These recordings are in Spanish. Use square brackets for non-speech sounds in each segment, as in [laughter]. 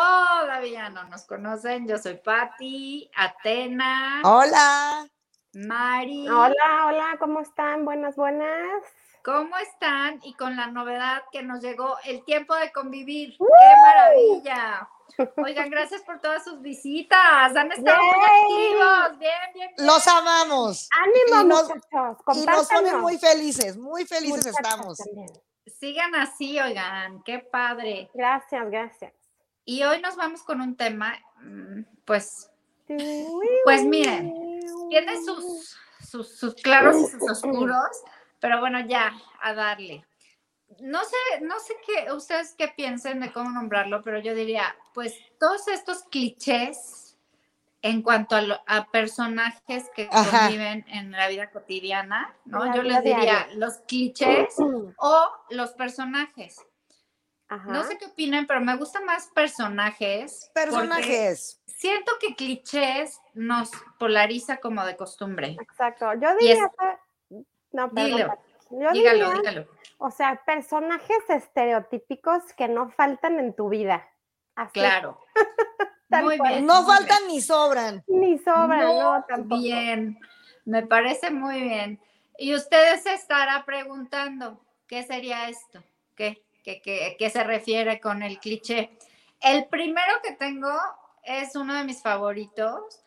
todavía no nos conocen, yo soy Patti, Atena. Hola. Mari. Oh. Hola, hola, ¿cómo están? Buenas, buenas. ¿Cómo están? Y con la novedad que nos llegó el tiempo de convivir. ¡Qué maravilla! Oigan, gracias por todas sus visitas. Han estado muy Yay. activos. Bien, bien, bien. Los amamos. Ánimo, Y nos- muchachos. Y nos ponen compártanos. muy felices, muy felices Muchachos estamos. también. Sigan así, oigan, qué padre. Gracias, gracias. Y hoy nos vamos con un tema, mm, pues, Pues miren, tiene sus, sus, sus claros y sus oscuros, pero bueno, ya, a darle. No sé, no sé qué, ustedes qué piensen de cómo nombrarlo, pero yo diría, pues, todos estos clichés en cuanto a, lo- a personajes que Ajá. conviven en la vida cotidiana, ¿no? En la Yo vida les diría, diaria. los clichés o los personajes. [clears throat] Ajá. No sé qué opinen, pero me gustan más personajes. porque Personajes. Siento que clichés nos polariza como de costumbre. Exacto. Yo Y es- diría. pe- No, perdón, Dilo. Pati. Yo dígalo, diría, dígalo. o sea, personajes estereotípicos que no faltan en tu vida. Así, Claro. [laughs] Tal Muy cual. bien. No muy faltan ni sobran. Ni sobra, bien. no, Muy tampoco. Bien. Me parece muy bien. Y ustedes se estará preguntando, ¿qué sería esto? ¿Qué, qué, qué- qué se refiere con el cliché? El primero que tengo es uno de mis favoritos,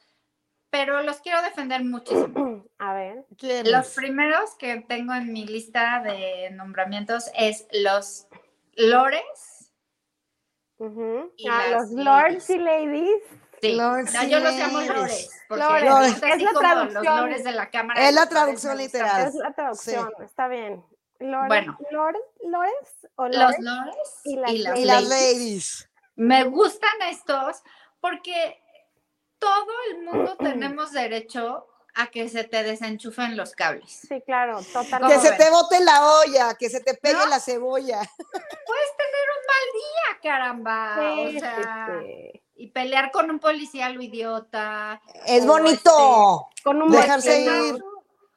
pero los quiero defender muchísimo. [clears throat] A ver. ¿Quién Los es? primeros que tengo en mi lista de nombramientos es los lores. ujú. Y Ah, las los lords y ladies. Sí. Lores No, yo los y llamo lores. lores. Porque Lores. me gusta Es así la como los traducción. lores de la cámara. Es de la los Lores, traducción me gusta literal. más. Es la traducción, está bien. Lord, Bueno. Lord- Lores o Los Lores. lores Y y las las, Y las ladies. ladies. Me gustan estos porque todo el mundo tenemos derecho a que se te desenchufen los cables. Sí, claro, ¿Cómo Que totalmente. se ven? te bote la olla, que se te pegue ¿No? la cebolla. Puedes tener un mal día, caramba. Sí, Ah, este, o sea, sí, sí. y pelear con un policía lo idiota. Es O bonito. Con un Dejarse buen- ir.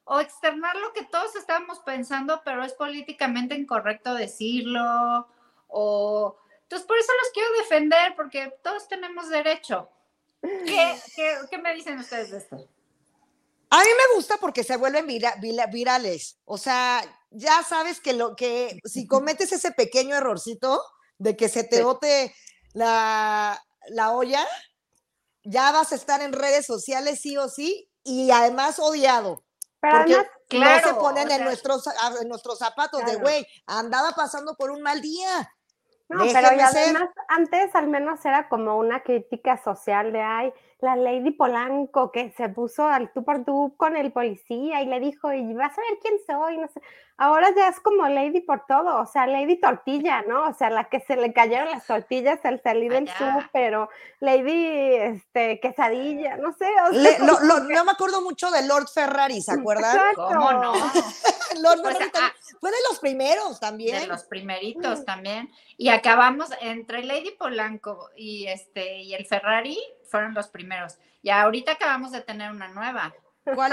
O externar lo que todos estábamos pensando, pero es políticamente incorrecto decirlo. O... Entonces, por eso los quiero defender, porque todos tenemos derecho. ¿Qué, qué, qué me dicen ustedes de esto? A mí me gusta porque se vuelven vira- vila- virales. O sea, ya sabes que lo que [laughs] si cometes ese pequeño errorcito de que se te Sí. bote la, la olla, ya vas a estar en redes sociales sí o sí y además odiado. Pero porque además, no se claro, ponen o sea, en, nuestros, a- en nuestros zapatos de Claro. güey, andaba pasando por un mal día. [laughs] no, pero y déjenme ser. además, antes al menos era como una crítica social de, ay, la Lady Polanco que se puso al tú por tú con el policía y le dijo, y vas a ver quién soy, no sé. Ahora ya es como Lady por todo, o sea, Lady Tortilla, ¿no? O sea, la que se le cayeron las tortillas al salir del Allá. súper, o Lady este, Quesadilla, no sé. O sea, Le- lo- lo- no me acuerdo mucho de Lord Ferrari, ¿se acuerdan? Exacto. ¿Cómo no? [laughs] Lord O sea, ah. Ferrari también- fue de los primeros también. Mm. de los primeritos también. Y acabamos entre Lady Polanco y este y el Ferrari fueron los primeros. Y ahorita acabamos de tener una nueva. ¿Cuál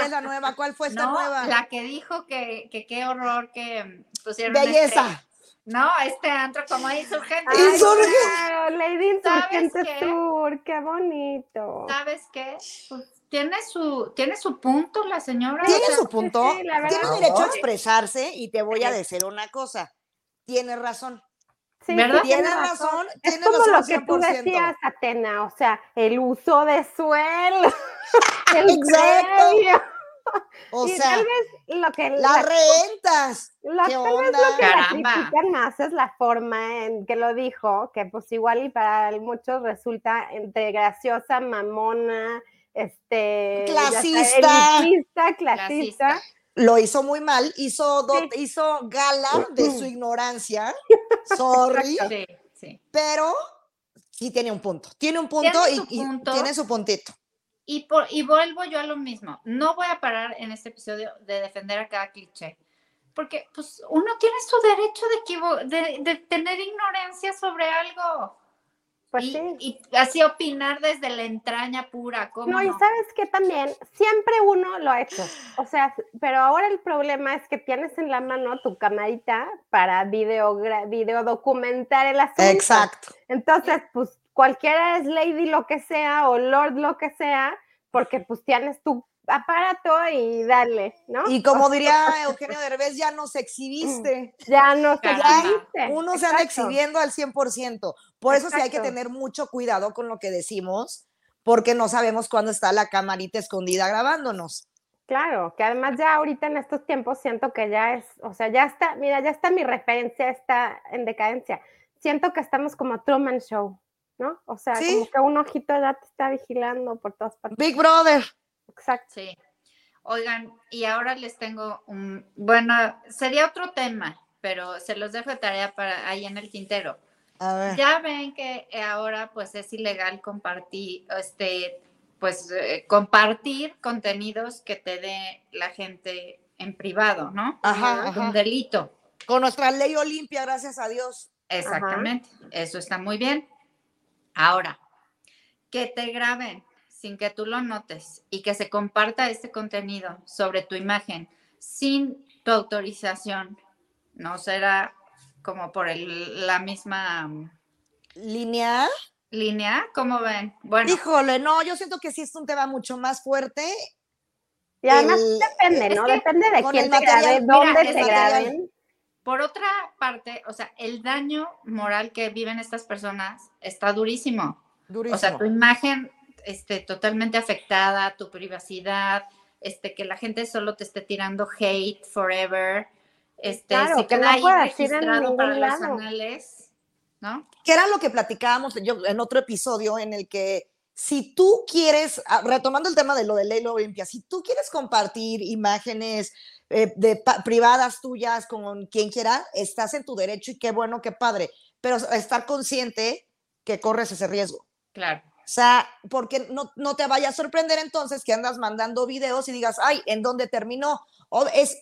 [laughs] es la nueva? ¿Cuál fue esta ¿no? nueva? La que dijo que, que qué horror que mm, pusieron este- Belleza. no, este antro como insurgente. Ay, Insurgente. claro, Lady ¿Sabes Insurgente qué? Sur, qué bonito. ¿Sabes qué? Pues, tiene su tiene su punto la señora. Tiene o sea, su punto. sí, la verdad Tiene es que derecho a sí. expresarse y te voy a Sí. decir una cosa. Tienes razón. Sí, ¿Verdad? sí, Tienes tienes razón. Es Tienes como lo razón que tú 100%. decías, Atena, o sea, el uso de suelo. [laughs] el Exacto. gremio, O y sea, tal vez lo que las rentas. la- ¿Qué tal vez onda? lo que la Caramba. critican más es la forma en que lo dijo, que pues igual y para muchos resulta entre graciosa, mamona, este ya sabes, Clasista. elitista, Clasista. clasista. Lo hizo muy mal. Hizo, do- Sí. hizo gala de su [laughs] ignorancia. Sorry. Sí, sí. Pero sí tiene un punto. Tiene un punto, Tiene y, su y punto. tiene su puntito. Y, por, y vuelvo yo a lo mismo. No voy a parar en este episodio de defender a cada cliché. Porque pues, uno tiene su derecho de, equivo- de, de tener ignorancia sobre algo. Pues y, sí. y así opinar desde la entraña pura. ¿cómo No, y no? sabes que también siempre uno lo ha hecho. O sea, pero ahora el problema es que tienes en la mano tu camarita para video, video documentar el asunto. Exacto. Entonces, pues cualquiera es Lady lo que sea o Lord lo que sea, porque pues tienes tu aparato y dale, ¿no? Y como diría Eugenio Derbez, ya Mm. nos exhibiste. Ya no se Caramba. exhibiste. Uno se anda Exacto. exhibiendo al 100%. Por eso sí hay que Exacto. tener mucho cuidado con lo que decimos, porque no sabemos cuándo está la camarita escondida grabándonos. Claro, que además ya ahorita en estos tiempos siento que ya es, o sea, ya está, mira, ya está mi referencia, está en decadencia. Siento que estamos como Truman Show, ¿no? O sea, Sí. como que un ojito ya te está vigilando por todas partes. Big Brother. Exacto. Sí. Oigan, y ahora les tengo un, bueno, sería otro tema, pero se los dejo de tarea para ahí en el tintero. A ver. Ya ven que ahora pues es ilegal compartir, este, pues eh, compartir contenidos que te dé la gente en privado, ¿no? Ajá, Es un ajá. delito. Con nuestra ley Olimpia, gracias a Dios. Exactamente, eso está muy bien. Ahora, que te graben sin que tú lo notes y que se comparta este contenido sobre tu imagen sin tu autorización, no será como por el- la misma mm, Línea. línea, ¿cómo ven? Bueno, Híjole, no, yo siento que sí es un tema mucho más fuerte. Y además El- e, depende, es ¿no? que Depende de con el quién te material, grabe, mira, dónde el te material. graben. por otra parte, o sea, el daño moral que viven estas personas está durísimo. Durísimo. O sea, tu imagen este, totalmente afectada, tu privacidad, este, que la gente solo te esté tirando hate forever, este, Claro, se que queda no ahí puedas ir en registrado ningún para los lado. anales, ¿no? que era lo que platicábamos yo en otro episodio en el que si tú quieres, ah, retomando el tema de lo de ley Olimpia, si tú quieres compartir imágenes eh, de pa- privadas tuyas con quien quiera, estás en tu derecho y qué bueno, qué padre, pero estar consciente que corres ese riesgo. Claro. O sea, porque no, no te vaya a sorprender entonces que andas mandando videos y digas, ay, ¿en dónde terminó? O es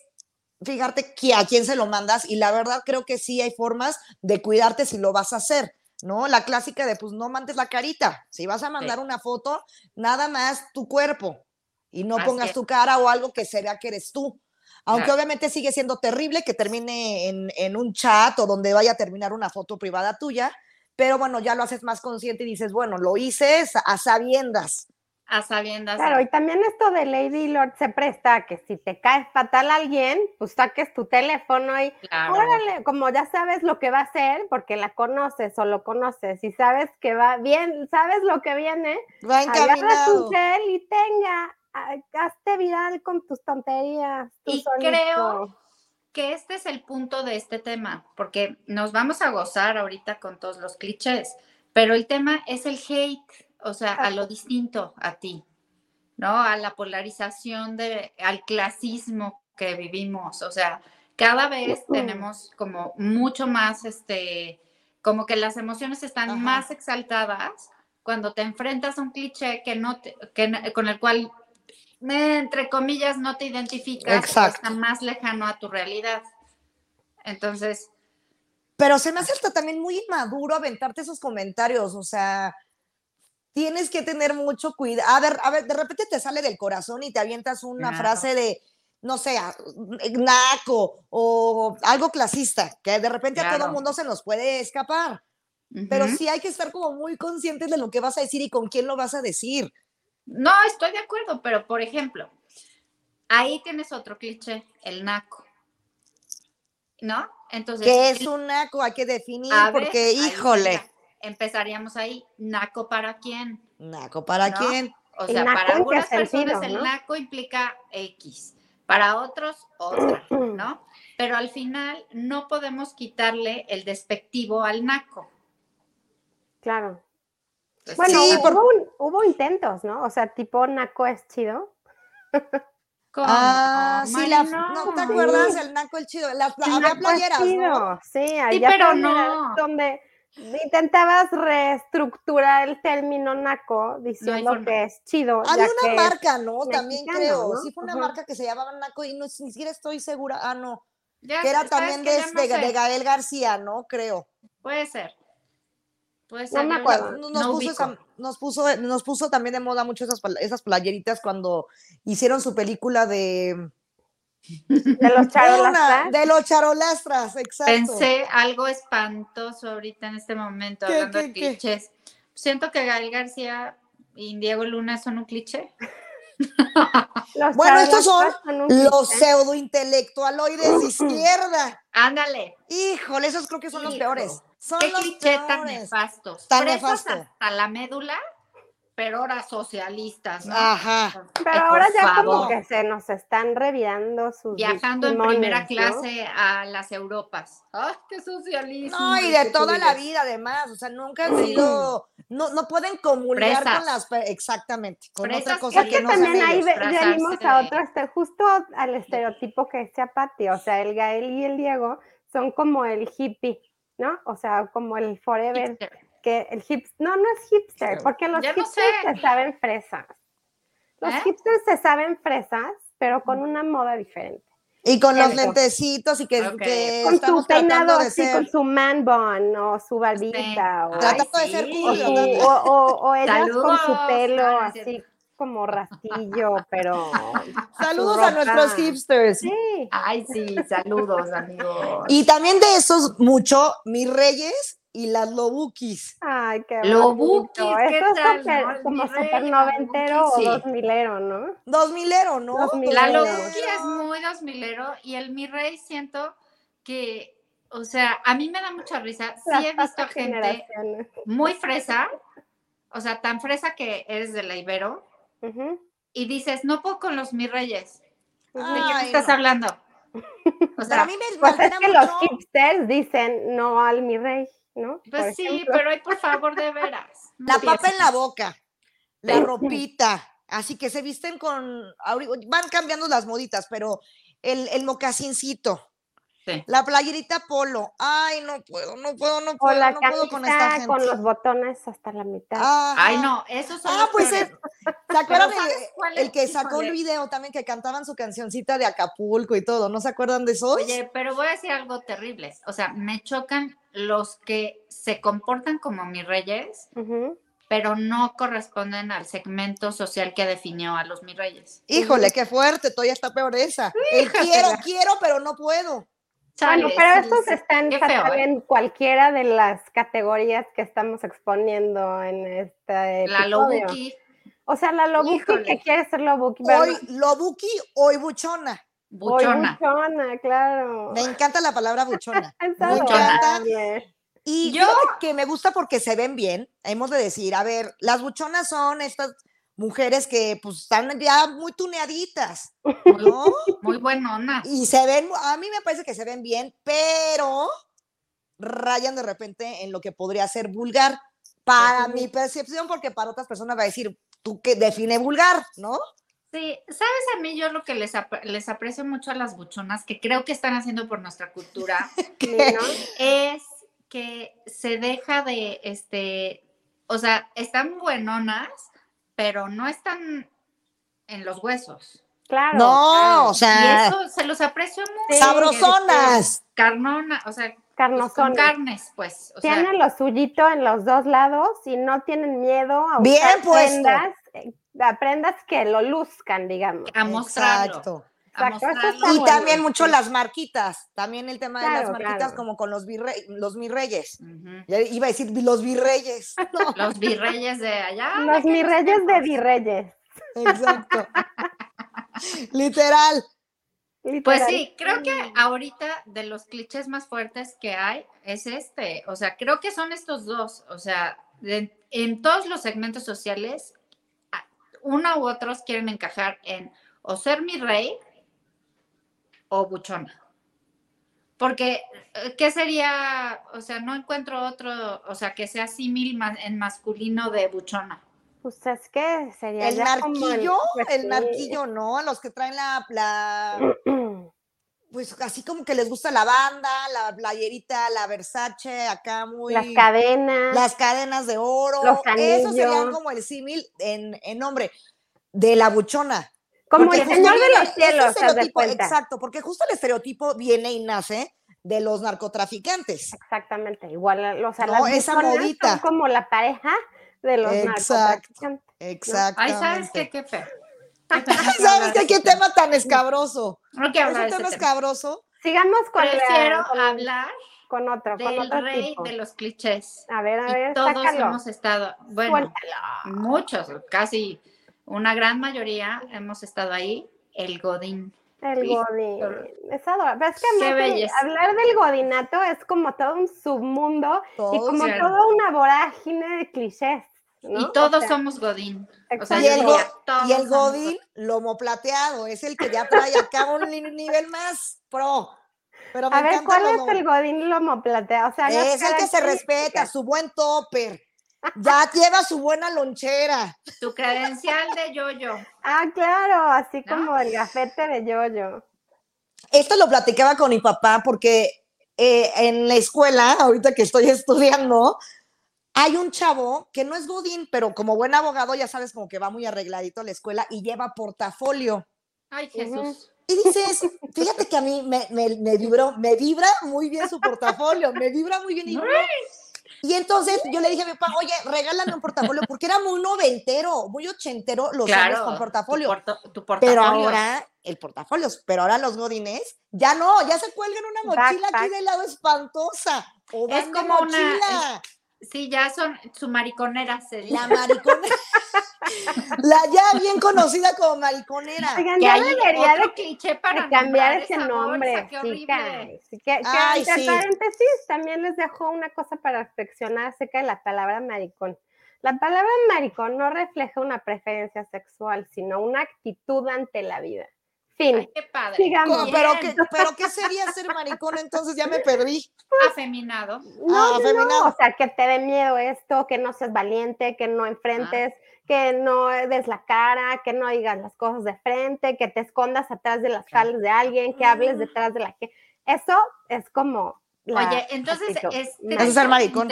fíjate que a quién se lo mandas y la verdad creo que sí hay formas de cuidarte si lo vas a hacer, ¿no? La clásica de, pues no mandes la carita. Si vas a mandar una foto, nada más tu cuerpo y no Así pongas es. tu cara o algo que se vea que eres tú. Aunque Claro. obviamente sigue siendo terrible que termine en, en un chat o donde vaya a terminar una foto privada tuya, pero bueno, ya lo haces más consciente y dices, bueno, lo hice sa- a sabiendas. A sabiendas. de- Claro, y también esto de Lady Lord se presta a que si te caes fatal a alguien, pues saques tu teléfono y claro. Órale, como ya sabes lo que va a hacer, porque la conoces o lo conoces, y sabes que va bien, sabes lo que viene, Va agarra encaminado. tu cel y tenga, ah, hazte viral con tus tonterías. tú Y solito. creo- [clears throat] que este es el punto de este tema, porque nos vamos a gozar ahorita con todos los clichés, pero el tema es el hate, o sea, a lo distinto a ti, ¿no? A la polarización de, al clasismo que vivimos, o sea, cada vez tenemos como mucho más, este, como que las emociones están Ajá. más exaltadas cuando te enfrentas a un cliché que no te- que, no- con el cual eh, entre comillas, no te identificas, o Exacto. está más lejano a tu realidad. Entonces, Pero se me hace hasta también muy inmaduro aventarte esos comentarios, o sea, tienes que tener mucho cuidado. A ver, a ver, de repente te sale del corazón y te avientas una Claro. frase de, no sé, a- naco o algo clasista, que de repente a todo Claro. mundo se nos puede escapar. Pero ujú. sí hay que estar como muy conscientes de lo que vas a decir y con quién lo vas a decir. no estoy de acuerdo, pero por ejemplo, ahí tienes otro cliché, el naco. ¿No? Entonces, ¿Qué es el- un naco? Hay que definir, a ver, porque ahí híjole, está. Empezaríamos ahí, naco para quién. naco, ¿para No. quién? O El sea, naco en para qué algunas sentido, personas el ¿no? naco implica X, para otros otra, Mm. ¿no? Pero al final no podemos quitarle el despectivo al naco. Claro. Entonces, Bueno, Sí, hubo, por- un- hubo intentos, ¿no? O sea, tipo Naco es chido. ¿Cómo? Ah, sí, la, Mari, no, ¿te no. acuerdas? El naco, el chido. Las, la- El había naco es playeras, ¿no? chido, Sí, allá pero por la- no. Donde intentabas reestructurar el término Naco diciendo forma. que es chido. Había ya una que- marca, ¿no? También mexicano, creo. ¿no? Sí, fue una Ajá. marca que se llamaba Naco y no, ni siquiera estoy segura. Ah, no. Ya, Que era ¿sabes también qué? de, Ya no de- sé. de Gael García, ¿no? Creo. Puede ser. Puede No ser. me yo Ya, acuerdo. no- no nos, puso, ubico. esa- nos, puso, nos puso también de moda mucho esas, pal- esas playeritas cuando hicieron su película de. De los charolas. Una- ¿verdad? de los charolastras, exacto. Pensé algo espantoso ahorita en este momento, ¿Qué, hablando qué, de qué? clichés. Siento que Gael García y Diego Luna son un cliché. Los Bueno, estos son charlatanes un los cliché. pseudointelectualoides de izquierda. Ándale. Híjole, esos creo que son los Hijo, peores. Son Qué los cliché tan peores. nefasto. Tan Presos nefasto. hasta la médula, pero ahora socialistas, Ah, ¿no? Ajá. Pero Ay, ahora por ya favor. como que se nos están revirando sus Viajando en demonios, primera ¿no? clase a las Europas. ¡Ah, qué socialismo! No, y de qué toda la turismo! vida además, o sea, nunca han sido, no, no pueden comulgar Presas. con las, pe- exactamente, con otra Presas cosa Es que, que no también sean ahí ellos. ve- disfrazarse venimos a de- otro, este, justo al estereotipo que es Chapati, o sea, el Gael y el Diego son como el hippie, ¿no? O sea, como el forever, que el hipster, no, no es hipster, Hipster. porque los Ya no hipsters sé. se saben fresas. Los ¿Eh? Mm. hipsters se saben fresas, pero con una moda diferente. Y con los Eso. lentecitos y que, Ok. que Con Eh, su estamos tratando peinado de así, con ser, su man bun o su barbita o, Ay, tratando de ser sí. o, cool, su- tratando- o- [laughs] o- o ellas con Saludos. su pelo No, no es así como rastillo, [laughs] pero... Saludos a ropa. nuestros hipsters. Sí. Ay, sí, saludos, amigos. Y también de esos mucho, mis reyes y las lobukis. Ay, qué Lo bonito. buquis, ¿qué Esto es tal, súper- no? El como virrey, súper lo noventero buquis, sí. o dos milero, ¿no? Dos milero, ¿no? Dos La milero. Dos Lobuki es muy dos milero y el mi rey siento que, o sea, a mí me da mucha risa. Las Sí he visto a cuatro gente generaciones. muy fresa, o sea, tan fresa que eres de la Ibero Ujú. y dices, no puedo con los mi reyes. ¿De qué me Ay, estás no. hablando? O Pero a sea, mí me, me Pues es altera que mucho. los hipsters dicen no al mi rey, ¿no? Por pues sí, ejemplo. pero ay, por favor, de veras. no [laughs] La empieces. papa en la boca, la Sí. ropita, así que se visten con, ahori- van cambiando las moditas, pero el, el mocasincito, Sí. la playerita polo, ay, no puedo, no puedo, no O puedo, la no camisa puedo con esta gente. con los botones hasta la mitad. Ah. Ajá. Ay, no, esos son Ah, los pues peores. es, ¿se acuerdan Pero de- ¿sabes cuál el es? que sacó el Híjole. video también que cantaban su cancioncita de Acapulco y todo? ¿No se acuerdan de eso? Oye, pero voy a decir algo terrible. O sea, me chocan los que se comportan como mis reyes Ujú. pero no corresponden al segmento social que definió a los mis reyes. Híjole, qué fuerte, todavía está peor esa. El quiero, quiero, pero no puedo. Chale, bueno, pero sí, estos sí. están Qué feo, fatal ¿eh? en cualquiera de las categorías que estamos exponiendo en este La episodio. Lobuki, O sea, la lobuki Híjole. que quiere ser lobuki, pero Hoy Lobuki, hoy Buchona. Voy buchona. buchona, claro. Me encanta la palabra buchona. Es Me Buchona. encanta. adorable. Y Yo- yo que me gusta porque se ven bien, hemos de decir, a ver, las buchonas son estas mujeres que pues están ya muy tuneaditas, Muy, ¿no? muy buenona. Y se ven, a mí me parece que se ven bien, pero rayan de repente en lo que podría ser vulgar, para Ujú. mi percepción, porque para otras personas va a decir, tú que define vulgar, ¿no? Sí, ¿sabes a mí yo lo que les, ap- les aprecio mucho a las buchonas, que creo que están haciendo por nuestra cultura, Sí, ¿no? es que se deja de, este, o sea, están buenonas, pero no están en los huesos. Claro. No, o Y sea, eso se los aprecio mucho. Sí, sabrosonas. Carnona, o sea, pues, con Carnosona. carnes, pues. O sea, Tienen lo suyito en los dos lados y no tienen miedo a Bien usar puesto. prendas, eh, a prendas que lo luzcan, digamos. a mostrarlo. Exacto. A Exacto, eso mostrarlo. está y bueno, también mucho sí. las marquitas, también el tema de las Claro, marquitas claro. como con los, virre- los virreyes. Ujú. Ya iba a decir los [laughs] virreyes. No, Los virreyes Ah, de allá. Los déjenos mirreyes de tacos. virreyes. exacto. Literal. Pues literal. sí, creo que ahorita de los clichés más fuertes que hay es este. O sea, creo que son estos dos. O sea, de- en todos los segmentos sociales, a- uno u otros quieren encajar en o ser mi rey o buchona. Porque, eh, ¿qué sería? O sea, no encuentro otro, o sea, que sea símil ma- en masculino de buchona. Pues es que sería El ya como narquillo, pues el sí. narquillo, ¿no? Los que traen la, la- pues así como que les gusta la banda, la playerita, la Versace, acá muy... [clears throat] Las cadenas. las cadenas de oro. Los Eso serían anillos. como el símil en, en nombre de la buchona. como porque el justo señor de viene los este cielos, haz de estereotipo- cuenta. Exacto, porque justo el estereotipo viene y nace de los narcotraficantes. Exactamente, igual a- o sea, No, las esa buchonas modita. son como la pareja de los Exacto. narcotraficantes. Ay, ¿sabes qué? Exactamente. Qué feo. Qué feo no [laughs] ¿Sabes hablar qué? de ¿Qué ese [laughs] tema. tema tan escabroso? No quiero hablar Es un de ese tema tema. escabroso. Sigamos con la- Prefiero con- hablar con otro, con del otro rey tipo. de los clichés. A ver, a Y ver, todos sácalo. hemos estado, bueno, Suéltalo. muchos, casi una gran mayoría hemos estado ahí, el godín. El Hijo. godín. Es adorable. Es que Qué además de- belleza. hablar del godinato es como todo un submundo Todo y como cierto. toda una vorágine de clichés. ¿no? Y todos O sea, somos godín. O sea, exacto. Y el, yo go- diría, todos y el somos Godín, lomo plateado, es el que ya trae acá un ni- nivel más pro. Pero me A ver, encanta ¿cuál lo es lomo. el godín lomo plateado? O sea, las Es el que se características. respeta, su buen topper. Ya lleva su buena lonchera. Tu credencial de yo-yo. Ah, claro, así ¿No? como el gafete de yoyo. Esto lo platicaba con mi papá porque eh, en la escuela, ahorita que estoy [laughs] estudiando, hay un chavo que no es Godín, pero como buen abogado, ya sabes, como que va muy arregladito a la escuela y lleva portafolio. Ay, Ujú. Jesús. Y dices, fíjate que a mí me, me, me vibró, me vibra muy bien su portafolio, me vibra muy bien. Y, y entonces yo le dije a mi papá, oye, regálame un portafolio, porque era muy noventero, muy ochentero los hombres claro. con Tu, portafolio. porto- tu portafolio. Pero ahora, el portafolio, pero ahora los godines ya no, ya se cuelgan una mochila aquí Backpack. de lado espantosa. O Es es como como una- mochila, Sí, ya son su mariconera. Se este, la llama. maricona, [laughs] la ya bien conocida como mariconera. Oigan, Que ya hay debería otro de, cliché de para nombrar cambiar ese esa nombre, bolsa, qué chicas. horrible. Que, que Ay, entre sí. paréntesis, también les dejo una cosa para reflexionar acerca de la palabra maricón. La palabra maricón no refleja una preferencia sexual, sino una actitud ante la vida. Ay, Fin. qué padre. Sigamos. Co- pero, Bien. ¿qué, pero ¿qué sería ser maricón? Entonces ya me perdí. Afeminado. Ah, [laughs] No, no, afeminado. no, o sea, que te dé miedo esto, que no seas valiente, que no enfrentes, que no des la cara, que no digas las cosas de frente, que te escondas atrás de las calas de alguien, que hables detrás de la que. Eso es como. la Ah. Ah, Oye, entonces actitud. estrictamente, Eso es ser maricón.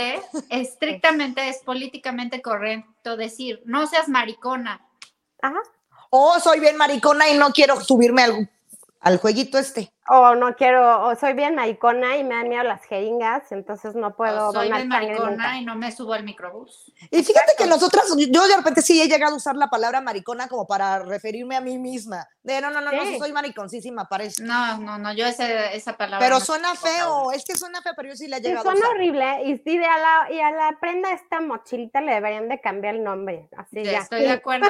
estrictamente es políticamente correcto decir, no seas maricona. Ajá. O Oh, soy bien maricona y no quiero subirme al, al jueguito este. O no quiero, o soy bien maricona y me dan miedo las jeringas, entonces no puedo O soy donar bien sangre maricona nunca. y no me subo al microbús. Y fíjate que nosotras, yo de repente sí he llegado a usar la palabra maricona como para referirme a mí misma. De no, no, no, no, Sí. sí soy mariconcísima, parece. No, no, no, yo esa, esa palabra. Pero no- suena por feo, favor. es que suena feo, pero yo sí la he Sí, llegado a suena usar. horrible y, sí, de a la, y a la prenda esta mochilita le deberían de cambiar el nombre. Así Ya, ya. Estoy de acuerdo.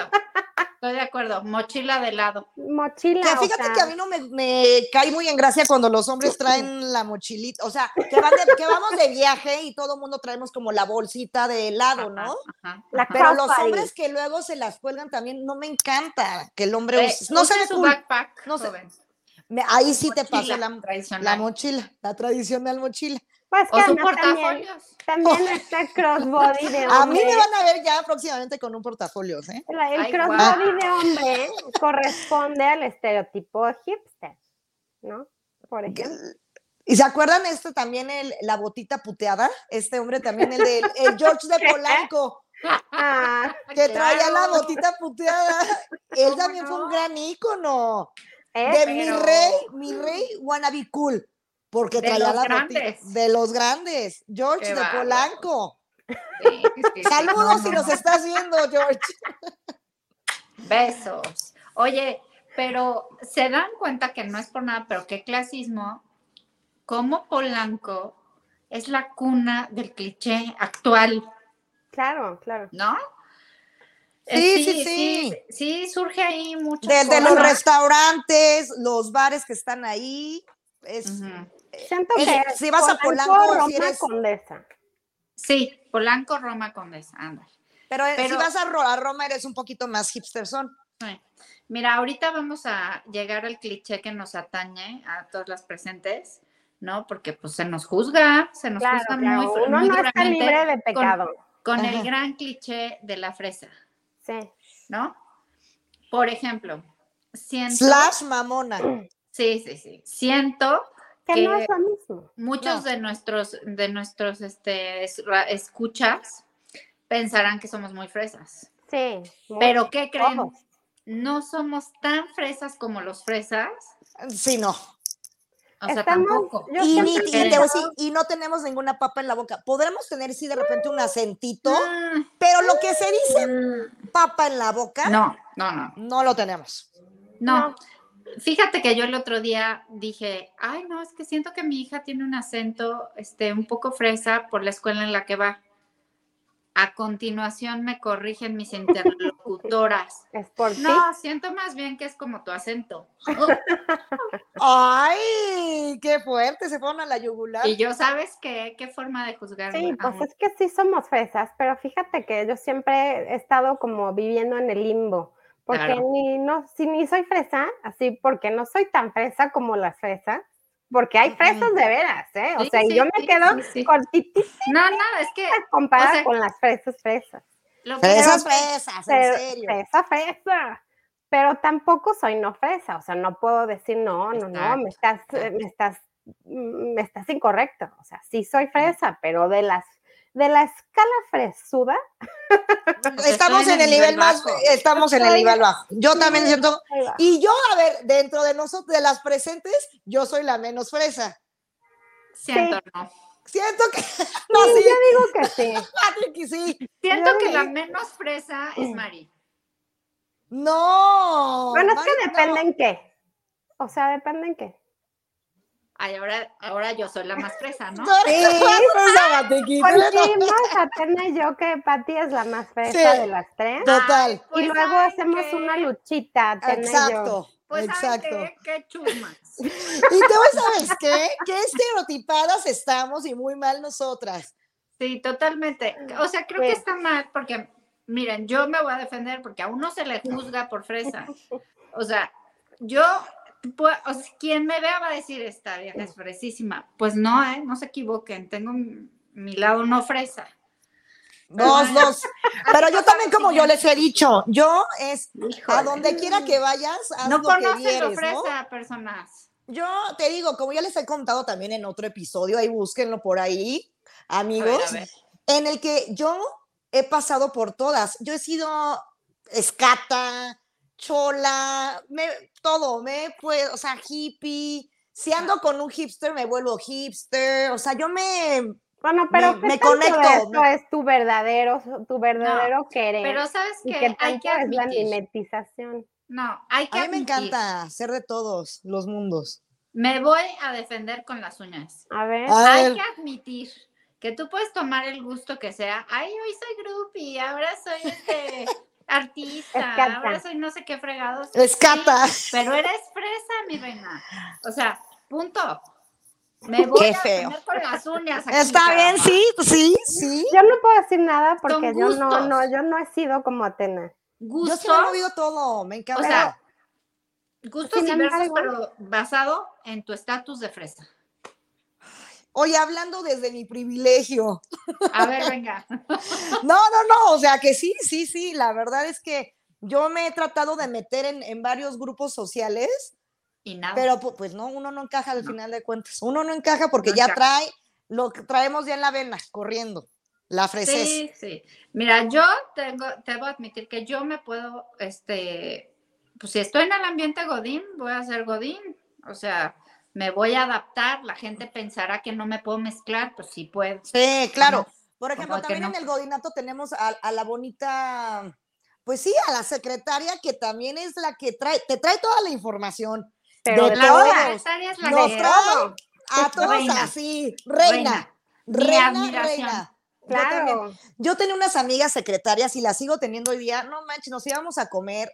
Estoy de acuerdo. Mochila de lado. Mochila. Que o fíjate sea, que a mí no me, me cae muy en gracia cuando los [laughs] hombres traen la mochilita, o sea, que, van de- que vamos de viaje y todo el mundo traemos como la bolsita de helado, ¿no? Ajá. La ajá. Pero los Crossbody. hombres que luego se las cuelgan también, no me encanta que el hombre Eh, use. No se usa ve su cool. backpack. No se- joven. Me- ahí sí te pasó Mochila la, tradicional. la mochila, la tradicional mochila. Pues que O su además también, portafolio. también está crossbody de hombre. Oh. A mí me van a ver ya próximamente con un portafolio, ¿eh? La- El Ay, crossbody de hombre corresponde al estereotipo hipster, ¿no? [laughs] Por ejemplo. ¿Y se acuerdan este también, el, la botita puteada? Este hombre también, el de el George de [laughs] Polanco, Ah, que traía la Claro. botita puteada. [laughs] Él ¿Cómo también fue no? un gran ícono ¿eh? de mi pero- rey, mi rey wannabe cool, porque De traía los la botita grandes. de los grandes, George Qué de bárbaro. Polanco. Sí, sí, sí, no, Saludos si no, nos no. estás viendo, George. Besos. Oye, pero se dan cuenta que no es por nada, pero qué clasismo, como Polanco es la cuna del cliché actual, Claro, claro. ¿no? Sí, Eh, sí, sí. sí, sí, surge ahí [laughs] mucho. Desde los restaurantes, los bares que están ahí. Es, Siento Eh, Es- que si vas a Polanco, si Roma eres- Condesa. Sí, Polanco, Roma, Condesa, anda. pero, eh, si Pero- vas a, Ro- a Roma, eres un poquito más hipsterson. Mira, ahorita vamos a llegar al cliché que nos atañe a todas las presentes, ¿no? Porque pues se nos juzga, se nos Claro, juzga claro. muy, fr- Uno muy no está duramente libre de con- pecado. con Ajá. el gran cliché de la fresa, Sí. ¿no? Por ejemplo, siento, Slash mamona. sí, sí, sí, siento Que, no Que- es lo mismo. muchos No. de nuestros, de nuestros, este, es- ra- escuchas pensarán que somos muy fresas, Sí. muy- pero ¿qué creen? Todos. No somos tan fresas como los fresas, Sí, no. o sea, Estamos- tampoco. yo Y, ni- siempre y he te voy a pensado- decir, y no tenemos ninguna papa en la boca. Podremos tener, sí, de repente un acentito, Mm, pero lo que se dice mm, papa en la boca, no, No, no, no, lo tenemos. no. No. Fíjate que yo el otro día dije, ay, no, es que siento que mi hija tiene un acento este, un poco fresa por la escuela en la que va. A continuación me corrigen mis interlocutoras. [laughs] Es por ti. No, siento más bien que es como tu [laughs] acento. ¡Ay! ¡Qué fuerte! Se fueron a la yugular. Y yo, ¿sabes qué? ¿Qué forma de juzgarme? Sí, pues Ajá. es que sí somos fresas, pero fíjate que yo siempre he estado como viviendo en el limbo, porque Claro. ni, no, si ni soy fresa, así porque no soy tan fresa como las fresas, porque hay Ujú. fresas de veras, ¿eh? O Sí, sea, y sí, yo me sí, quedo sí, sí. cortitita No, no, es que comparada O sea, con las fresas fresas. lo que Fresas, yo- fresas, en Pero, serio. fresa, fresa. Pero tampoco soy no fresa, o sea, no puedo decir no, no, no, me estás, eh, me estás, mm, me estás incorrecto. O sea, sí soy fresa, pero de las, de la escala fresuda, Porque Estamos estoy en el nivel más, bajo. estamos en el Estoy- nivel bajo. Yo sí. también siento. ahí va. Y yo, a ver, dentro de nosotros, de las presentes, yo soy la menos fresa. Siento, no. Siento que. [laughs] Sí, No, sí, yo digo que [laughs] sí. Pati, que sí. Siento Yo Mm. que me- la menos fresa es Mari. No. Bueno, es Mari, que no. depende en qué. O sea, depende en qué. Ay, ahora, ahora yo soy la más fresa, ¿no? Tú eres Sí, pues, la fresa, Pati, Pues quítale, [laughs] sí, no. vamos a tener yo que Pati es la más fresa Sí. de las tres. Total. Pues, y luego ¿saben hacemos qué? una luchita. Tena y yo. Exacto. Pues exacto. ¿saben qué? Qué chumas. Y te voy a sabes qué, qué estereotipadas estamos y muy mal nosotras. Sí, totalmente. O sea, creo que Pues- está mal porque, miren, yo me voy a defender porque a uno se le juzga por fresa. O sea, yo, pu- o sea, quien me vea va a decir, esta vieja es fresísima. Pues no, ¿eh? No se equivoquen, tengo mi, mi lado no fresa. Dos, dos. Pero yo también, como yo les he dicho, yo es Híjole. a donde quiera que vayas, haz No lo que conocen lo vieres, ¿no? fresa, personas. Yo te digo, como ya les he contado también en otro episodio, ahí búsquenlo por ahí, A ver, amigos, a ver. en el que yo he pasado por todas. Yo he sido escata, chola, me- todo, me pues, o sea, hippie. Si ando con un hipster, me vuelvo hipster. O sea, yo me. Bueno, pero Me- ¿qué me tanto de conecto, esto no. es tu verdadero, tu verdadero querer. Pero sabes y que que hay que es la admitir. mimetización. No, hay que A mí me admitir. encanta ser de todos los mundos. Me voy a defender con las uñas. A ver, A Hay ver, que admitir que tú puedes tomar el gusto que sea. Ay, hoy soy groupie, ahora soy este [laughs] artista, Escata. ahora soy no sé qué fregados. escata. Sí, pero eres fresa, mi reina. O sea, punto. Me voy Qué a feo. poner con las uñas. aquí, [laughs] Está bien, caramba. sí, sí, sí. yo no puedo decir nada porque yo no, gustos. no, yo no he sido como Atena. Yo Gusto, sí me he movido todo, me encanta. sea, gustos sin diversos, embargo- pero basado en tu estatus de fresa. Oye, hablando desde mi privilegio. A ver, venga. [laughs] No, no, no, o sea que sí, sí, sí, la verdad es que yo me he tratado de meter en, en varios grupos sociales, Y nada. pero pu- pues no, uno no encaja al Ah. No. final de cuentas. Uno no encaja porque No ya encaja. trae lo que traemos ya en la vena, corriendo. La freses. Sí, sí. Mira, yo tengo, debo admitir que yo me puedo, este, pues si estoy en el ambiente Godín, voy a ser Godín. O sea, me voy a adaptar. La gente pensará que no me puedo mezclar, pues sí puedo. Sí, claro. Ajá. Por ejemplo, Ajá, que también no. en el Godinato tenemos a, a la bonita, pues sí, a la secretaria que también es la que trae, te trae toda la información. De Pero de La todos. secretaria es la Nos que trae a [laughs] Reina. todos así, reina, Mi reina, reina. admiración. Yo también- claro. Yo tenía unas amigas secretarias y las sigo teniendo hoy día. No manches, nos íbamos a comer.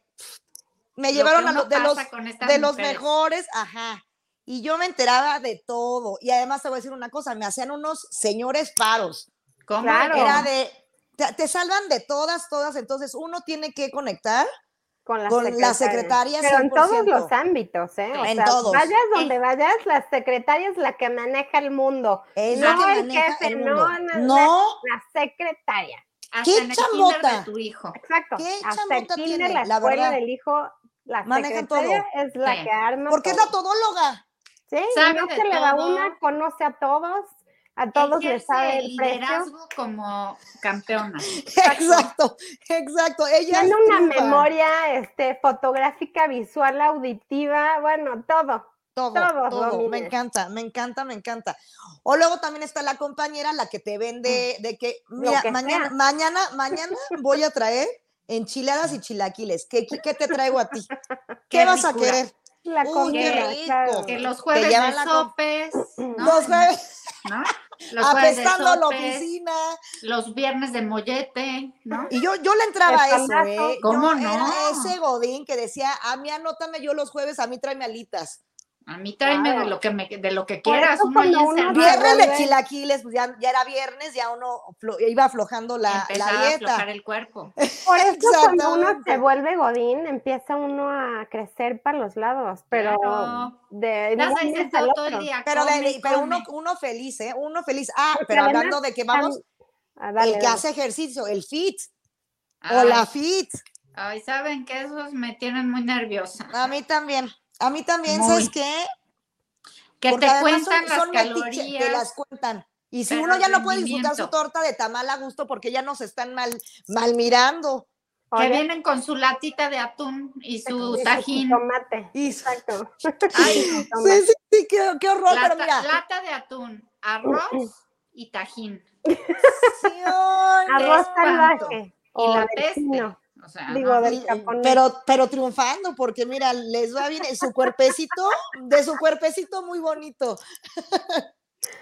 Me Lo llevaron que a uno los de los pasa con estas de los mujeres. mejores, ajá. Y yo me enteraba de todo. Y además te voy a decir una cosa, me hacían unos señores paros. ¿Cómo? Claro. Era de te, te salvan de todas, todas, entonces uno tiene que conectar. Con las con las secretarias. secretarias Pero en todos 100%. los ámbitos, ¿eh? O En sea, todos. vayas donde vayas, la secretaria es la que maneja el mundo. Es No, la que el maneja jefe, el no, mundo. no, No, La secretaria. Hasta ¡Qué en el kinder chamota! de tu hijo. Exacto. ¿Qué Hasta el chamota kinder, tiene? la La escuela verdad. del hijo, la Manejan todo. secretaria es la Sí. que arma porque es todo. la todóloga. [laughs] Sí, y Sabe no de se le va todo. una, conoce a todos, a todos les Ejerce sabe el el precio. liderazgo como campeona. Exacto, exacto. Ella Tiene una triunfa. memoria este, fotográfica, visual, auditiva, bueno, todo. Todo, Todos todo. Me domines. encanta, me encanta, me encanta. O luego también está la compañera, la que te vende Mm. de que, mira, que mañana, sea. mañana, mañana voy [laughs] a traer enchiladas y chilaquiles. ¿Qué, qué, qué te traigo a ti? ¿Qué, vas a ricura. querer? La Uy, comida, qué o sea, rico. Que los jueves llevan de la com- sopes, ¿no? [laughs] Los jueves, ¿no? Los jueves de apestando la sopes, oficina. los viernes de mollete, ¿no? Y yo, yo le entraba a eso, Pescadazo. ¿eh? Yo ¿Cómo no? Era ese godín que decía, a mí anótame yo los jueves, a mí tráeme alitas. A mí tráeme Claro. de lo que me, de lo que Por quieras, eso uno ya cuando se uno va viene Viernes de vuelve. chilaquiles, pues ya, ya era viernes, ya uno aflo- iba aflojando la, la empezaba a aflojar dieta. el cuerpo. Por eso cuando uno Exactamente. se vuelve godín, empieza uno a crecer para los lados, pero Claro. de Estás un ahí mes sentado al todo el otro. día. Pero, de- come, de- pero uno, come. uno feliz, ¿eh? Uno feliz. Ah, Porque pero además hablando de que vamos, Ah, dale, el que dale. hace ejercicio, el fit o Ay, la fit. Ay, saben que esos me tienen muy nerviosa. A mí también. A mí también, Muy. ¿sabes qué? Que Porque te además cuentan las metiche- calorías. Te las cuentan. Y si pero uno el ya no puede disfrutar su rendimiento. torta de tamal a gusto porque ya nos están mal, mal mirando. Que Oye, vienen con su latita de atún y su ese tajín. jitomate, Y- Exacto. [laughs] Ay, jitomate. Sí, sí, sí, qué, qué horror, lata, [laughs] pero mira. lata de atún, [clears throat] arroz y tajín. sí, ay, Arroz qué espanto. salvaje. Y o la del peste. pino. O sea, Digo, no, del Y- japonés. Pero, pero triunfando, porque mira, les va bien su cuerpecito, de su cuerpecito muy bonito.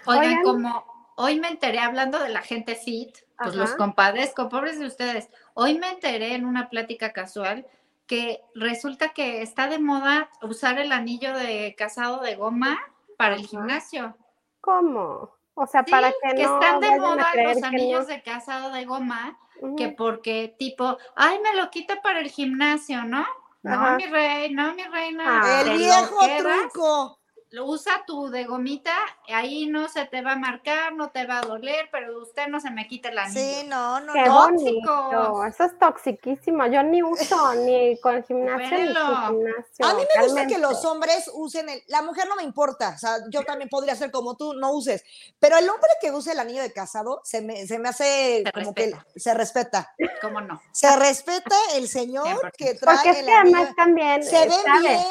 Oigan, Oigan. como hoy me enteré hablando de la gente fit, pues Ajá. los compadezco, pobres de ustedes. Hoy me enteré en una plática casual que resulta que está de moda usar el anillo de casado de goma para el Ajá. gimnasio. ¿Cómo? O sea, Sí, para que, que no están de vayan a moda creer los que no. anillos de casado de goma, Ujú. que porque tipo, ay, me lo quita para el gimnasio, ¿no? No, Ajá. mi rey, no, mi reina. Ah, te el lo viejo quedas truco. lo usa tu de gomita, ahí no se te va a marcar, no te va a doler, pero usted no se me quita el anillo. Sí, no, no, Qué no. bonito, tóxicos. eso es toxiquísimo. Yo ni uso ni con el gimnasio ni Supérenlo. sin gimnasio. A mí me gusta realmente. que los hombres usen el. La mujer no me importa. O sea, yo también podría ser como tú, no uses. Pero el hombre que usa el anillo de casado se me, se me hace Se como respeta. que se respeta. ¿Cómo no? Se respeta el señor 100%. que trae Porque es el que anillo. además también Se eh, ven sabe. bien,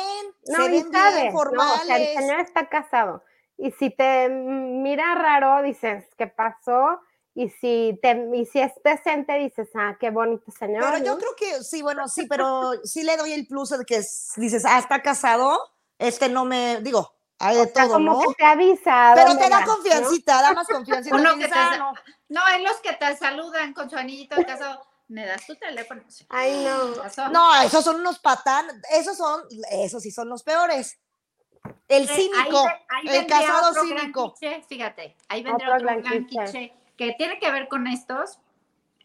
No, se y ven bien sabe, no, o sea, el formales. señor está casado. Y si te mm, mira raro, dices, ¿qué pasó? Y si, te, y si es decente, dices, ah, qué bonito señor. pero yo ¿no? creo que sí, bueno, sí, pero sí le doy el plus de que s- dices, ah, está casado, este no me. Digo, hay de O sea, todo, como ¿no? que te avisa. a Pero dónde te da vas, ¿no? confiancita, da más confiancita. Uno dices, que te "Ah, sa- no". No, es los que te saludan con su anillito de casado. Me das tu teléfono. Sí, Ay, no. casó. No, esos son unos patán, esos son, esos sí son los peores. El Eh, Ahí cínico, ve- ahí el vendría casado otro gran cínico. quiche, fíjate, ahí vendría Otro otro, gran, gran quiche. quiche que tiene que ver con estos,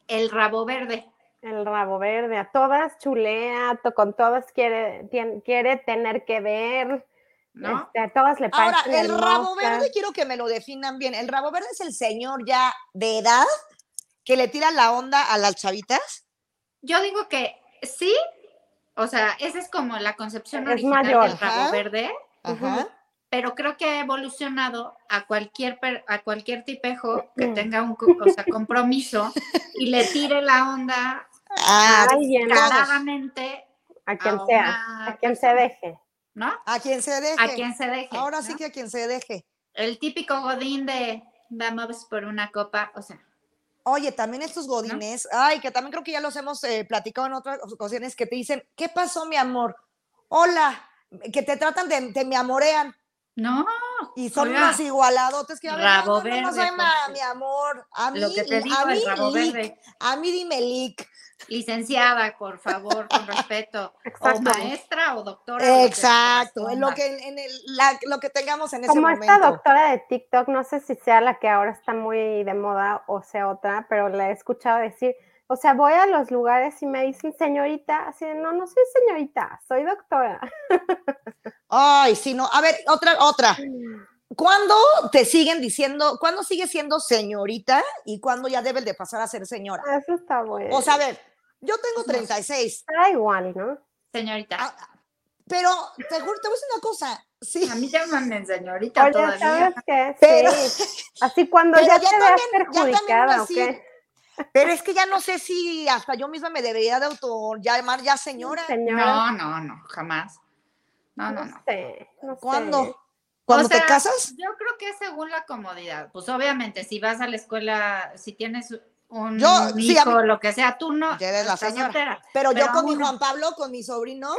el rabo verde. El rabo verde, a todas chulea, to- con todas quiere, tien- quiere tener que ver. ¿No? este, a todas le Ahora, parecen el rabo hermosas. verde, quiero que me lo definan bien. El rabo verde es el señor ya de edad que le tira la onda a las chavitas. Yo digo que sí, o sea, esa es como la concepción Es original mayor. del rabo Ajá. verde, Ajá. pero creo que ha evolucionado a cualquier per- a cualquier tipejo Mm. que tenga un co- o sea, compromiso y le tire la [laughs] onda Ah, Ay, ya no, todos. claramente a a quien una sea, Ah, a quien se deje. ¿no? A quien se deje. A quien se deje. Ahora sí ¿no? que a quien se deje. El típico godín de vamos pues por una copa, o sea, Oye, también estos godines, ay, que también creo que ya los hemos eh, platicado en otras ocasiones, que te dicen, ¿qué pasó, mi amor? Hola, que te tratan de, te me amorean no, y son Hola. unos igualadotes que a ver, Rabo no, no, no, no verde, soy ma- Jorge. mi amor. A mí, lo que te digo, a mí, el rabo lic, verde. a mí dime lic. Licenciada, por favor, con respeto. oh, Exacto. O maestra o doctora. o lo que Exacto, en lo corresponda. que, en, en el- la- lo que tengamos en ese Como momento. esta doctora de TikTok, no sé si sea la que ahora está muy de moda o sea otra, pero la he escuchado decir, o sea, voy a los lugares y me dicen señorita, así de, no, no soy señorita, soy doctora. Ay, sí, no. A ver, otra, otra. ¿Cuándo te siguen diciendo, cuándo sigues siendo señorita y cuándo ya debes de pasar a ser señora? [laughs] Eso está bueno. O sea, a ver, yo tengo Pues no sé. 36, da igual, ¿no? Señorita, Ah, pero te juro, te voy a decir una cosa. Sí, [laughs] a mí llámame señorita Oye, todavía. ¿sabes qué? Pero- Sí. Así cuando Pero ya, ya te veas también- ya también perjudicada, ¿ok? así- pero es que ya no sé si hasta yo misma me debería de auto llamar ya señora. Señora, No, no, no, jamás. No, Pues, no, no. sé, no sé. ¿Cuándo? ¿Cuándo O sea, te casas? Yo creo que es según la comodidad. Pues obviamente, si vas a la escuela, si tienes un Yo, sí, a hijo, lo que sea, tú no. Ya eres la estás señora. soltera. Pero, yo pero con mi uno. [clears throat] Juan Pablo, con mi sobrino,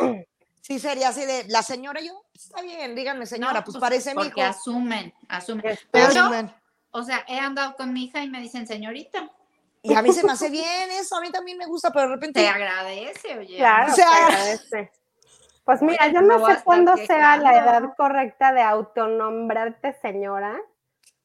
Sí, sería así de la señora, yo, "Pues, está bien, díganme señora, No, pues, parece mi hijo. Porque asumen, asumen. Este, Pero yo, Asumen. o sea, he andado con mi hija y me dicen, señorita, Y a mí se me hace bien eso, a mí también me gusta, pero de repente. te agradece, oye. Claro, O sea- se agradece. Pues mira, yo me no voy a sé estar cuándo sea la edad quejando. correcta de autonombrarte señora,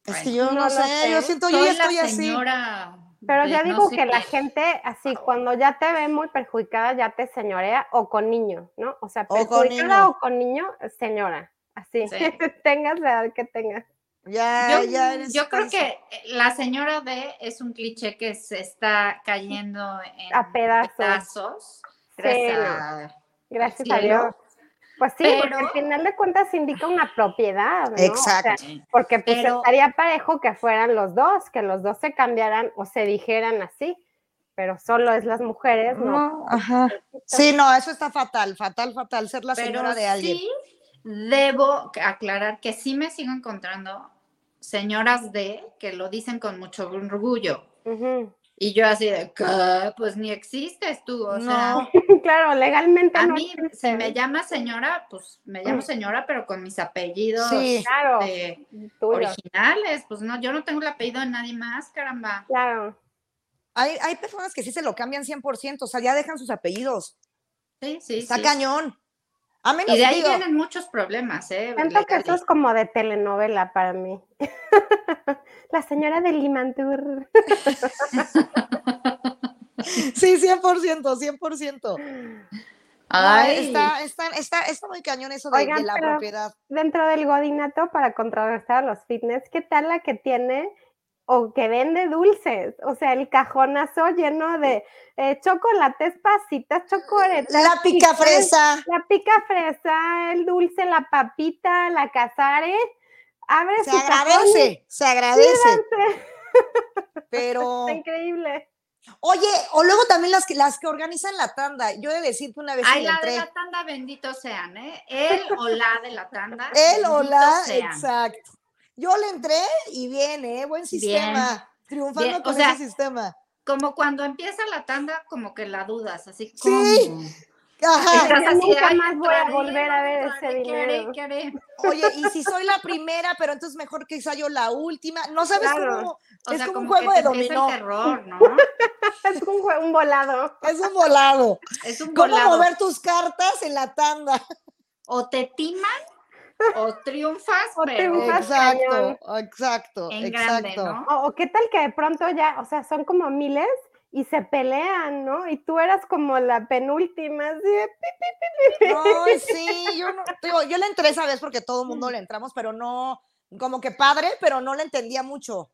Es que yo no, No lo sé, yo sé. siento, Soy yo ya la estoy así. señora. pero de ya no digo sé que la qué. gente así, cuando ya te ve muy perjudicada, ya te señorea o con niño, ¿no? O sea, O con perjudicada niño. o con niño, señora, así, Sí. [laughs] tengas la edad que tengas. Ya, Yo, ya eres yo creo tensa. que la señora D es un cliché que se está cayendo en A pedazos. pedazos, gracias a- Gracias Sí, a Dios. ¿no? Pues sí, porque Pero- al final de cuentas indica una propiedad, ¿no? O sea, Exacto. Porque pues Pero- estaría parejo que fueran los dos, que los dos se cambiaran o se dijeran así, pero solo es las mujeres, ¿no? No, pues, ajá. Sí, no, eso está fatal, fatal, fatal, ser la Pero señora de alguien. sí debo aclarar que sí me sigo encontrando señoras D que lo dicen con mucho orgullo. Ujú. [laughs] Y yo así de, "¿Qué? Pues ni existes tú, o No. [laughs] sea, claro, legalmente a no mí se existen, me llama señora, pues me llamo señora, pero con mis apellidos Sí, Claro, de- tuyo, originales, pues no, yo no tengo el apellido de nadie más, caramba. claro. hay, hay personas que sí se lo cambian 100%, o sea, ya dejan sus apellidos. Sí, sí, Está sí. cañón. A menos Y de ahí digo, vienen muchos problemas, ¿eh? Siento que eso legales. es como de telenovela para mí. [laughs] La señora de Limantur. [laughs] Sí, 100%, 100%. Ay, Ay, está, está, está, está muy cañón eso de, Oigan, de la pero- propiedad. Dentro del godinato para contrarrestar a los fitness, ¿qué tal la que tiene o que vende dulces? O sea, el cajonazo lleno de eh, chocolates, pasitas, chocoretas. La pica chicle, fresa. La pica fresa, el dulce, la papita, la cazare. Abre Se su cajón [laughs] y agradece, se agradece. dulce. Pero, Oh. Está increíble. oye, o luego también las que, las que organizan la tanda. Yo he de decir que una vez sí ay, le la de entré. la tanda, bendito sean, ¿eh? Él o la de la tanda. [laughs] El o bendito la, sean. exacto. Yo le entré y viene, ¿eh? buen sistema. Triunfando Bien, o con sea, ese sistema. Como cuando empieza la tanda, como que la dudas, así Sí. como. [laughs] Ajá. Yo nunca "Ay, más voy a entraré, volver a ver entraré, ese ¿qué haré, dinero". qué haré? Oye, y si soy la primera, pero entonces mejor que sea yo la última. No sabes Claro. cómo. O Es sea, como un que juego te de empieza dominó. El terror, [laughs] ¿no? Es un, jue- un volado. Es un volado. Es un ¿Cómo volado. mover tus cartas en la tanda? O te timan, o triunfas, O pero triunfas, Más Exacto, exacto, en grande, exacto. ¿no? O, o qué tal que de pronto ya, o sea, son como miles y se pelean, ¿no? Y tú eras como la penúltima, así de No, sí, yo no, digo, yo le entré esa vez porque todo el mundo le entramos, pero no, como que padre, pero no le entendía mucho.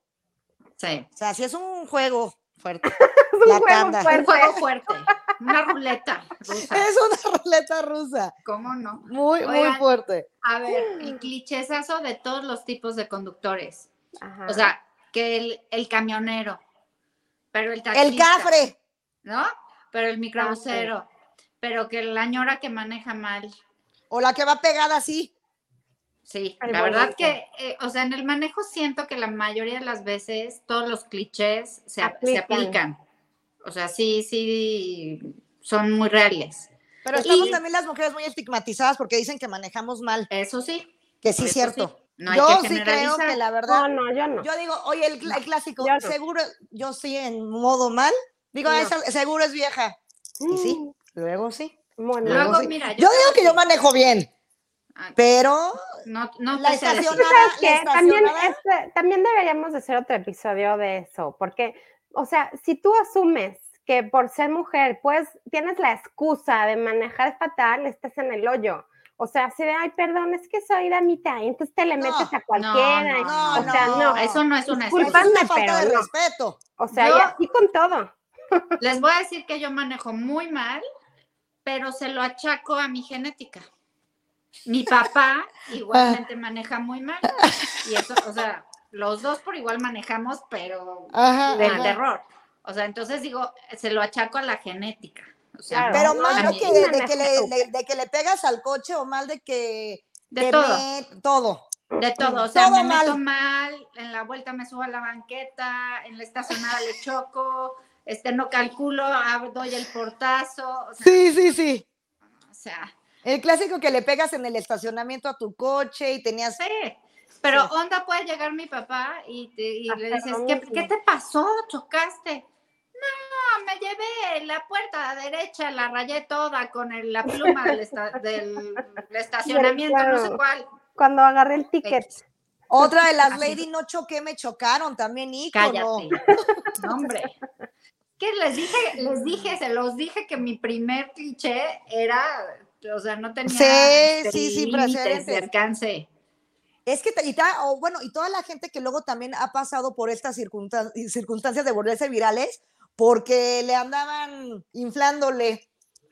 Sí. O sea, sí es un juego fuerte. "Es un La juego tanda. Un fuerte". juego fuerte, una ruleta [laughs] rusa, Es una ruleta rusa. ¿cómo no? Muy, muy Oigan. fuerte. A ver, el clichésazo de todos los tipos de conductores. Ajá. O sea, que el, el camionero, pero el taxista. El cafre. ¿No? Pero el microbusero, pero que la ñora que maneja mal. O la que va pegada así. Sí, Ay, la verdad bonito. que, eh, o sea, en el manejo siento que la mayoría de las veces todos los clichés se, ap- se Aplican. aplican. O sea, sí, sí, son muy reales. Pero Y- estamos también las mujeres muy estigmatizadas porque dicen que manejamos mal, Eso sí. que sí eso es cierto. No hay yo que sí creo generalizar. que la verdad, no, no, yo no. yo digo, oye, el, cl- el clásico, yo no. seguro, yo sí en modo mal, digo, No. "Esa seguro es vieja. Y sí, luego sí. Mm, Bueno, Luego, Luego sí. mira, yo, Yo digo que yo manejo bien, Ah, pero no, no la te sé decir. estacionada, ¿sabes la qué? También, estacionada, este- también deberíamos de hacer otro episodio de eso, porque, o sea, si tú asumes que por ser mujer, pues tienes la excusa de manejar fatal, estás en el hoyo. O sea, si de, ay, perdón, es que soy damita, y entonces te le No, metes a No, cualquiera. y- no, o sea, no. Eso no es una eso excusa. es una discúlpame, falta de pero no. respeto. O sea, Yo- y así con todo. Les voy a decir que yo manejo muy mal, pero se lo achaco a mi genética. Mi [laughs] papá Ah. igualmente maneja muy mal. Y eso, o sea, los dos por igual manejamos, pero Ajá, del Ah, ajá. terror. O sea, entonces digo, se lo achaco a la genética. O sea, Claro. Pero No, mal a de mí- que, también. de que le, le- de que le pegas al coche o mal de que de te todo, met- todo. de todo. O sea, Todo me meto mal. mal, en la vuelta me subo a la banqueta, en la estacionada le choco, este no calculo, ah, doy el portazo. O sea, Sí, sí, sí. o sea, El clásico que le pegas en el estacionamiento a tu coche y tenías. Sí, pero onda puede llegar mi papá y, te- y le Hasta dices, lo ¿Qué, mismo. qué te pasó? ¿Chocaste? No, me llevé la puerta derecha, la rayé toda con el- la pluma del, esta- del estacionamiento, no sé claro. cuál. Cuando agarré el ticket. Otra de las [laughs] Así. Lady No Choqué me chocaron también, Cállate. ícono. No, hombre. Que les dije, les dije, se los dije que mi primer cliché era, o sea, no tenía Sí, este, sí, sí, límites de precedentes. alcance. Es que, te- y ta- o bueno, y toda la gente que luego también ha pasado por estas circunstan- circunstancias de volverse virales porque le andaban inflándole.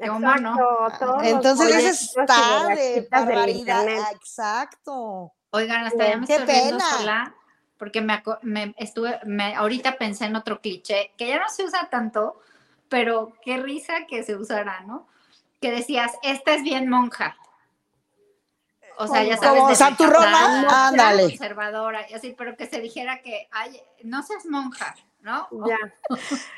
¿Cómo no? Ah, Exacto, todos los Entonces, eso proyectos y está las de citas del barbaridad. internet. Ah, Exacto. Oigan, hasta ya me Qué estoy riendo pena. sola, porque me, aco- me estuve, me, ahorita pensé en otro cliché, que ya no se usa tanto, pero qué risa que se usara, ¿no? Que decías, esta es bien monja. O sea, ya Como- sabes. como de santurrona, Zacatlán, monja, ándale. Conservadora, y así, pero que se dijera que, ay, no seas monja, ¿no? O- Ya.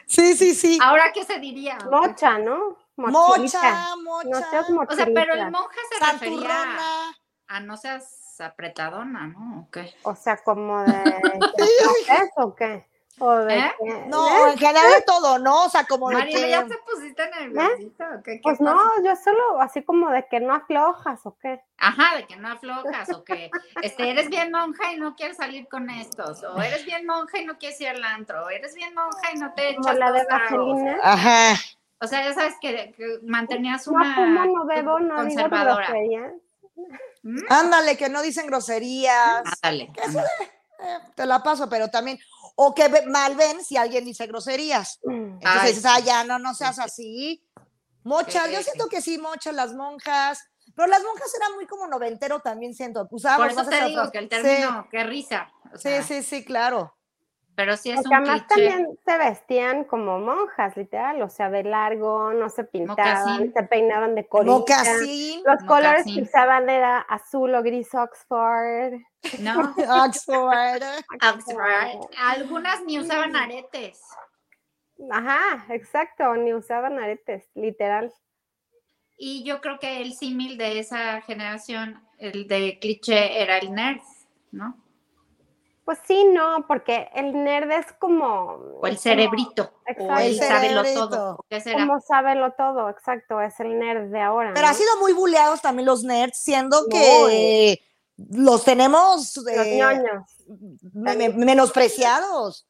Sí, sí, Ah, sí. Ahora, ¿qué se diría? Mocha, ¿no? Mochilita. Mocha, No mocha, seas mochilita. O sea, pero el monja se refería santurrona. a no seas apretadona, ¿no? ¿O qué? O sea, como [laughs] de... ¿Qué o qué? O de ¿Eh? que- No, ¿eh? en general de todo, ¿no? O sea, como de Maribel, ¿ya que... te pusiste nerviosita? ¿o qué? ¿Qué Pues pasó? no, yo solo así como de que no aflojas o qué. Ajá, de que no aflojas o que este, eres bien monja y no quieres salir con estos, o eres bien monja y no quieres ir al antro, o eres bien monja y no te Como echas la de dos tragos. ¿eh? vaselina. Ajá. O sea, ya sabes que, que mantenías No una fumo, no actitud bebo, no digo pues, ah, conservadora. grosería. ¿Mm? Ándale, que no dicen groserías. pues, Ándale. Eh, te la paso, pero también... O que ve- mal ven si alguien dice groserías. Mm. Entonces Ay, dices, ah, sí. ya, no, no seas así. Mocha, Sí, yo sí. siento que sí, mocha, las monjas. Pero las monjas eran muy como noventero también, siento. pues, Usábamos Por eso más te esa digo frase. que el término, qué risa. o Sí, sea, sí, sí, sí, claro. Pero sí es Porque un además cliché. también se vestían como monjas, literal, o sea, de largo, no se pintaban, Mocasín. se peinaban de colita. Mocasín, [laughs] Los colores que Mocasín. usaban era azul o gris Oxford. [laughs] ¿No? Oxford. Oxford. Algunas ni usaban aretes. Ajá, exacto, ni usaban aretes, literal. Y yo creo que el símil de esa generación, el de cliché, era el nerd, ¿no? Pues sí, no, porque el nerd es como... O el es como- cerebrito. O Exacto. el El sábelo cerebrito. todo. ¿o ¿Qué será? Como sábelo todo, exacto, es el nerd de ahora. Pero ¿no? han sido muy buleados también los nerds, siendo Muy. que los tenemos Los eh, ñoños. me- me- menospreciados.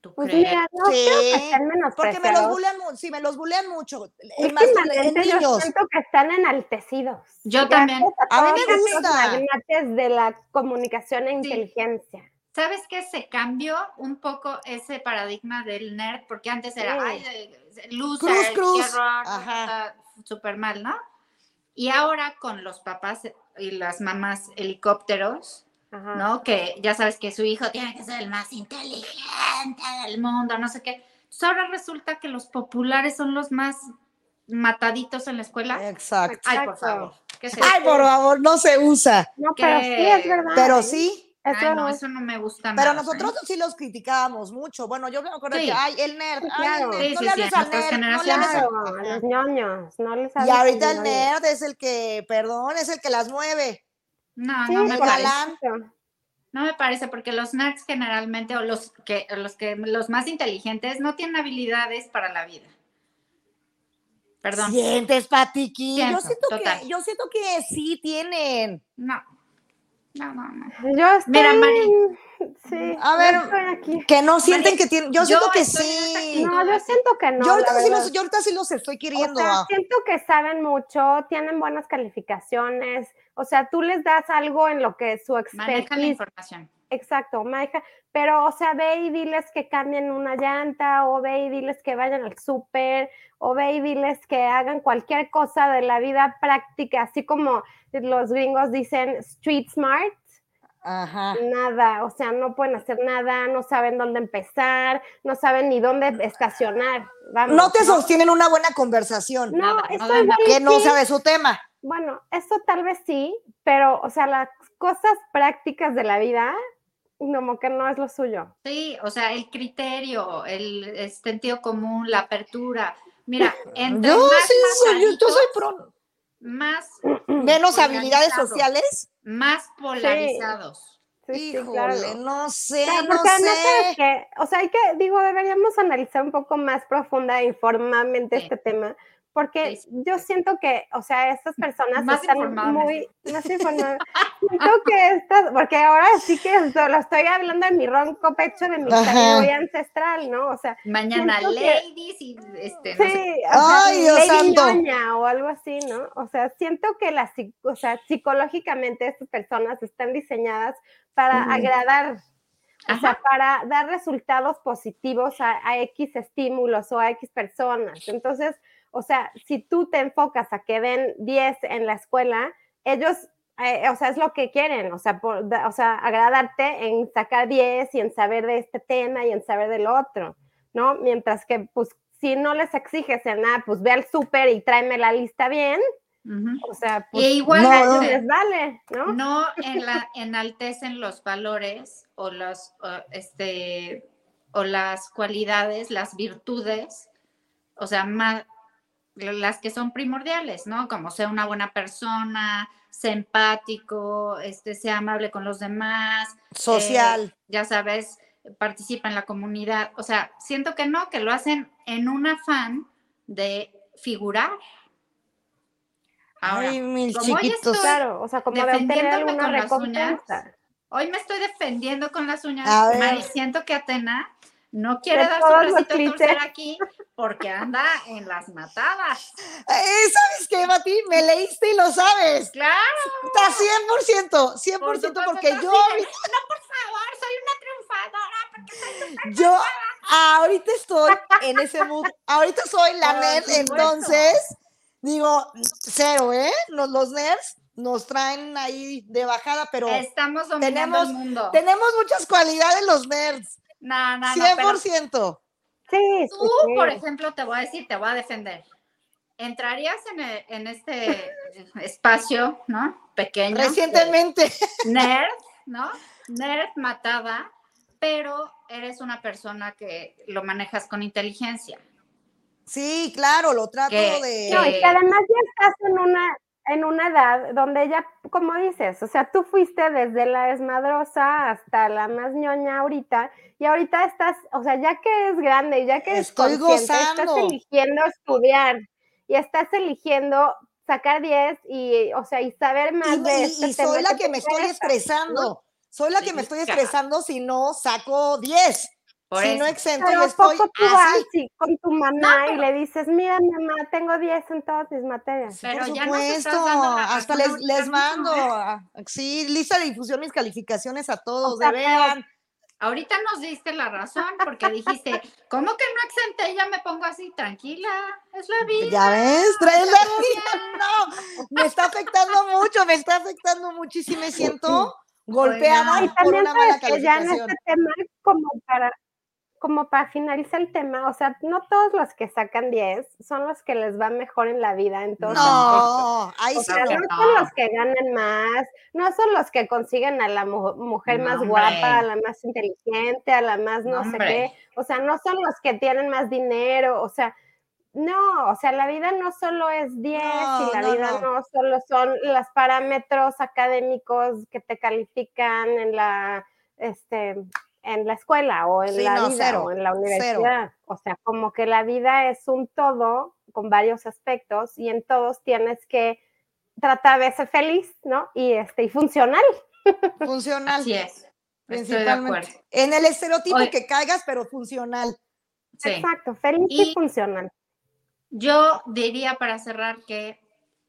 ¿Tú Pues crees? mira, no creo que Sí, estén Porque me los menospreciados. bulean, mu- sí, me los bulean mucho. Es más, en Últimamente yo niños. siento que están enaltecidos. Yo Gracias también. A mí todos me estos gusta. magnates de la comunicación e Sí. inteligencia. ¿Sabes qué? Se cambió un poco ese paradigma del nerd, porque antes era, Sí. ay, eh, loser, Cruz, qué cruz. horror, Ajá. está súper mal, ¿no? Y ahora con los papás y las mamás helicópteros, Ajá. ¿no? Que ya sabes que su hijo tiene que ser el más inteligente del mundo, no sé qué. Entonces ahora resulta que los populares son los más mataditos en la escuela. Exacto. Ay, por Exacto. favor. ¿qué pues, se- Ay, este, por favor, no se usa. No, pero sí es que- verdad. Pero ¿eh? sí. Es Ay, no, verdad. eso no me gusta Pero nada, nosotros ¿eh? sí los criticábamos mucho. Bueno, yo me acuerdo Sí. que, ay, el nerd, Sí, ay, el claro. nerd, Sí, no sí, le sí, en hables al nuestras nerd, no le hables al- Claro, generaciones. a Ajá. los ñoños, no les Y hables ahorita el como ñoños. nerd es el que, perdón, es el que las mueve. No, Sí, no me por parece. galán. exacto. No me parece porque los nerds generalmente o los que o los que los más inteligentes no tienen habilidades para la vida. Perdón. Sientes, Patiqui. Yo Siento, siento, total. que, yo siento que sí tienen. No. No, no, no. Yo estoy... Mira, Mari. Sí, A yo ver, estoy aquí. Que no sienten Mari, que tienen. Yo yo siento que estoy en esa sí. actitud. No, yo siento que no. yo, ahorita la sí verdad. los, yo ahorita sí los estoy O queriendo. sea, ah. siento que saben mucho, tienen buenas calificaciones, o sea, tú les das algo en lo que su Maneja la expertise, información. exacto, maneja, pero o sea, ve y diles que cambien una llanta, o ve y diles que vayan al súper, o ve y diles que hagan cualquier cosa de la vida práctica, así como los gringos dicen street smart, Ajá. nada, o sea, no pueden hacer nada, no saben dónde empezar, no saben ni dónde estacionar. Vamos, No te sostienen una buena conversación No, Nada, no estoy dan- que no buenísima. sea de su tema. Bueno, eso tal vez sí, pero, o sea, las cosas prácticas de la vida, como que no es lo suyo. Sí, o sea, el criterio, el, el [laughs] sentido común, la apertura. Mira, entre Yo más sí soy, yo, yo mataditos, soy pro. más, Menos habilidades Organizado. sociales. más polarizados. [laughs] Sí, sí, Híjole, claro. no sé, Pero no porque además, ¿sabes sé. qué? o sea, hay que, digo, deberíamos analizar un poco más profunda e informalmente Sí. este tema, porque Sí, sí, yo siento que, o sea, estas personas Más están muy, informadamente. más informadas. siento que estas, porque ahora sí que esto- lo estoy hablando de mi ronco pecho, de mi Ajá. sabiduría ancestral, ¿no? O sea, Mañana Siento que- ladies y este, no sé. Sí, o sea, Ay, Dios Lady santo. Ñoña o algo así, ¿no? O sea, siento que las, psi- o sea, psicológicamente estas personas están diseñadas para Ujú. agradar, o sea, para dar resultados positivos a, a X estímulos o a X personas. Entonces, o sea, si tú te enfocas a que den 10 en la escuela, ellos, eh, o sea, es lo que quieren, o sea, por- da- o sea, agradarte en sacar 10 y en saber de este tema y en saber del otro. ¿no? Mientras que, pues, si no les exiges en nada, pues ve al súper y tráeme la lista bien, Ujú. o sea, Y pues, igual No, a no. ellos este, les vale, ¿no? no en la, enaltecen los valores o los o, este o las cualidades, las virtudes, o sea, más las que son primordiales, ¿no? Como sea una buena persona, sea empático, este, sea amable con los demás, Social. ya sabes, participa en la comunidad. O sea, siento que no, que lo hacen en un afán de figurar. Ahora, Ay, mis como hoy chiquitos. estoy- Claro, o sea, como de obtener Defendiéndome alguna con las uñas. recompensa. hoy me estoy defendiendo con las uñas. A ver. Mari, siento que Atena no quiere De dar todos su los bracito a torcer clichés. aquí porque anda en las matadas. Eh, ¿Sabes qué, Mati? Me leíste y lo sabes. Claro, Está 100%, 100% por supuesto, porque tú yo, así de, No, por favor, soy una triunfadora. yo ahorita estoy en ese mood. Ahorita soy la Por nerd, supuesto. entonces digo, cero, ¿eh? Nos, los nerds nos traen ahí de bajada, pero Estamos dominando Tenemos- el mundo. tenemos muchas cualidades los nerds. No, no, no, pero 100%. Sí, sí, Tú, sí. por ejemplo, te voy a decir, te voy a defender. ¿Entrarías en, e- en este espacio, ¿no? Pequeño. Recientemente. Nerd, ¿no? Nerd matada, pero eres una persona que lo manejas con inteligencia. Sí, claro, lo trato Que- de. No, y Eh, que además ya estás en una, en una edad donde ya, como dices, o sea, tú fuiste desde la desmadrosa hasta la más ñoña ahorita, y ahorita estás, o sea, ya que eres grande y ya que eres Estoy consciente, gozando. estás eligiendo estudiar y estás eligiendo sacar 10 y, o sea, y saber más y, de y- este y tema soy la que te me estoy interesa. expresando. Soy la que me estoy Hija. expresando si no saco 10. Por si eso. no exento, Pero yo ¿a poco estoy tú vas así. y con tu mamá y le dices, mira mamá, tengo 10 en todas mis materias. Por Pero ya nos estás supuesto, dando la hasta razón les, ahorita les mismo, mando, ¿eh? ah, sí, lista de difusión, mis calificaciones a todos, sea, de vean. Ahorita nos diste la razón porque dijiste, ¿cómo que no exenté? Ya me pongo así, tranquila, es la vida. Ya ves, traes la Está bien. vida, no, me está afectando mucho, me está afectando mucho y me siento Oigan. Y golpeada por también una mala sabes que ya en calificación. este tema, como para, como para finalizar el tema, o sea, no todos los que sacan 10 son los que les va mejor en la vida en todos aspectos. No, ahí O sí sea, no. no son los que ganan más, no son los que consiguen a la mu- mujer No, más hombre. guapa, a la más inteligente, a la más no No, sé hombre. qué, o sea, no son los que tienen más dinero, o sea, no, o sea, la vida no solo es 10 No, y la no, vida no. no. solo son los parámetros académicos que te califican en la, este, en la escuela o en Sí, la no, vida cero, o en la universidad. O sea, como que la vida es un todo con varios aspectos y en todos tienes que tratar de ser feliz, ¿no? Y este y funcional. funcional. Así es. Estoy de Principalmente. acuerdo. En el estereotipo Oye. que caigas, pero funcional. Sí. Exacto, feliz y, Y- funcional. Yo diría para cerrar que,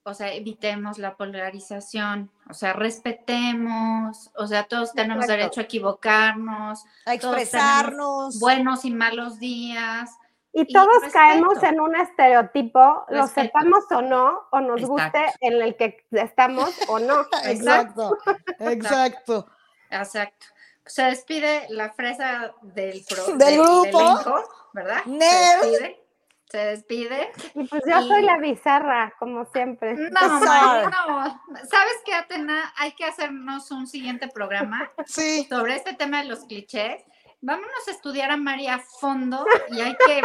o sea, evitemos la polarización, o sea, respetemos, o sea, todos tenemos Exacto. derecho a equivocarnos, A Todos tenemos expresarnos. buenos y malos días. Y Y todos caemos respeto. en un estereotipo, lo Respeto. sepamos o no, o nos Exacto. guste en el que estamos [laughs] o no. Exacto, exacto. Exacto. Se despide la fresa del, pro- Del grupo, grupo. ¿verdad? Nerd. Se despide. Se [laughs] despide. Y pues yo soy Y- Mm, la bizarra, como siempre. No, Sorry. no. ¿Sabes qué, Atena? Hay que hacernos un siguiente programa Sí, sobre este tema de los clichés. Vámonos a estudiar a María a fondo y hay que.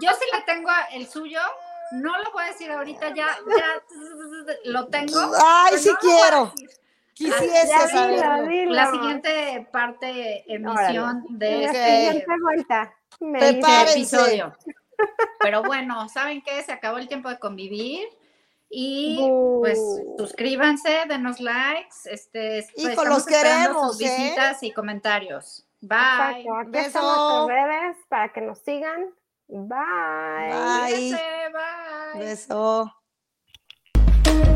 Yo sí le tengo el suyo, No lo voy a decir ahorita, ya, ya lo tengo. Ay, pero sí no lo voy a quiero. decir. Quisiese Ya Ah, dilo, saberlo. dilo. La siguiente parte, emisión de La Ok. este siguiente vuelta. Me Prepara- dices. Prepárense. episodio. Pero bueno, ¿saben qué? Se acabó el tiempo de convivir. Y Bu. pues suscríbanse, denos likes, este, pues, Hijo, estamos los esperando queremos, sus ¿eh? visitas y comentarios. Bye. Exacto, aquí están Beso. nuestras redes para que nos sigan. Bye. Bye. Cuídense, bye. Beso.